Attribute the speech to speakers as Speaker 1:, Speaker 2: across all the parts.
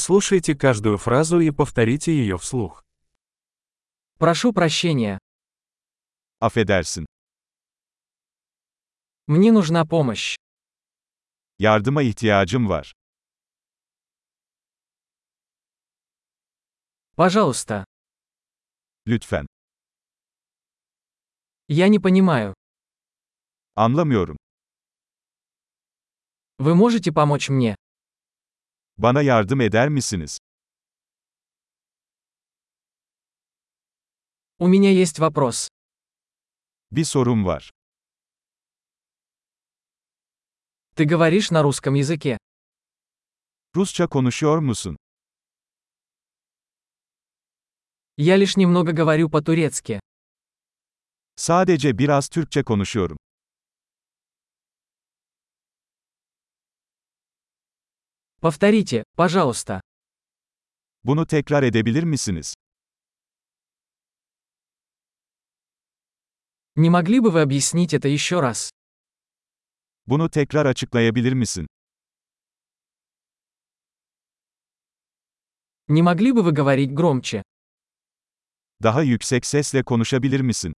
Speaker 1: Прослушайте каждую фразу и повторите ее вслух.
Speaker 2: Прошу прощения.
Speaker 3: Affedersin.
Speaker 2: Мне нужна помощь.
Speaker 3: Yardıma ihtiyacım var.
Speaker 2: Пожалуйста.
Speaker 3: Lütfen.
Speaker 2: Я не понимаю.
Speaker 3: Anlamıyorum.
Speaker 2: Вы можете помочь мне?
Speaker 3: Bana yardım eder misiniz?
Speaker 2: У меня есть вопрос.
Speaker 3: Bir sorum var.
Speaker 2: Ты говоришь на русском языке.
Speaker 3: Rusça konuşuyor musun?
Speaker 2: Я лишь немного говорю по-турецки.
Speaker 3: Sadece biraz Türkçe konuşuyorum.
Speaker 2: Повторите, пожалуйста.
Speaker 3: Bunu tekrar edebilir misiniz?
Speaker 2: Не могли бы вы объяснить это еще раз?
Speaker 3: Bunu tekrar açıklayabilir misin?
Speaker 2: Не могли бы вы говорить громче?
Speaker 3: Daha yüksek sesle konuşabilir misin?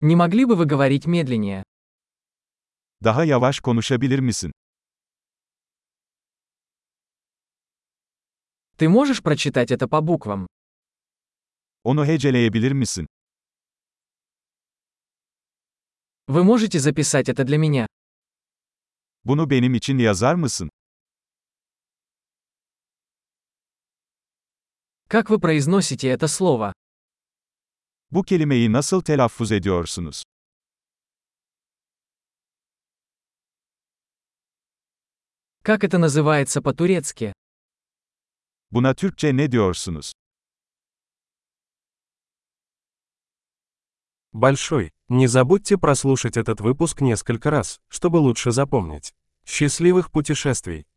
Speaker 2: Не могли бы вы говорить медленнее?
Speaker 3: Daha yavaş konuşabilir misin?
Speaker 2: Ты можешь прочитать это по буквам?
Speaker 3: Onu heceleyebilir misin?
Speaker 2: Вы можете записать это для меня?
Speaker 3: Bunu benim için yazar mısın?
Speaker 2: Как вы произносите это слово?
Speaker 3: Bu kelimeyi nasıl telaffuz ediyorsunuz?
Speaker 2: Как это называется по-турецки?
Speaker 3: Buna Türkçe ne diyorsunuz?
Speaker 1: Большой. Не забудьте прослушать этот выпуск несколько раз, чтобы лучше запомнить. Счастливых путешествий!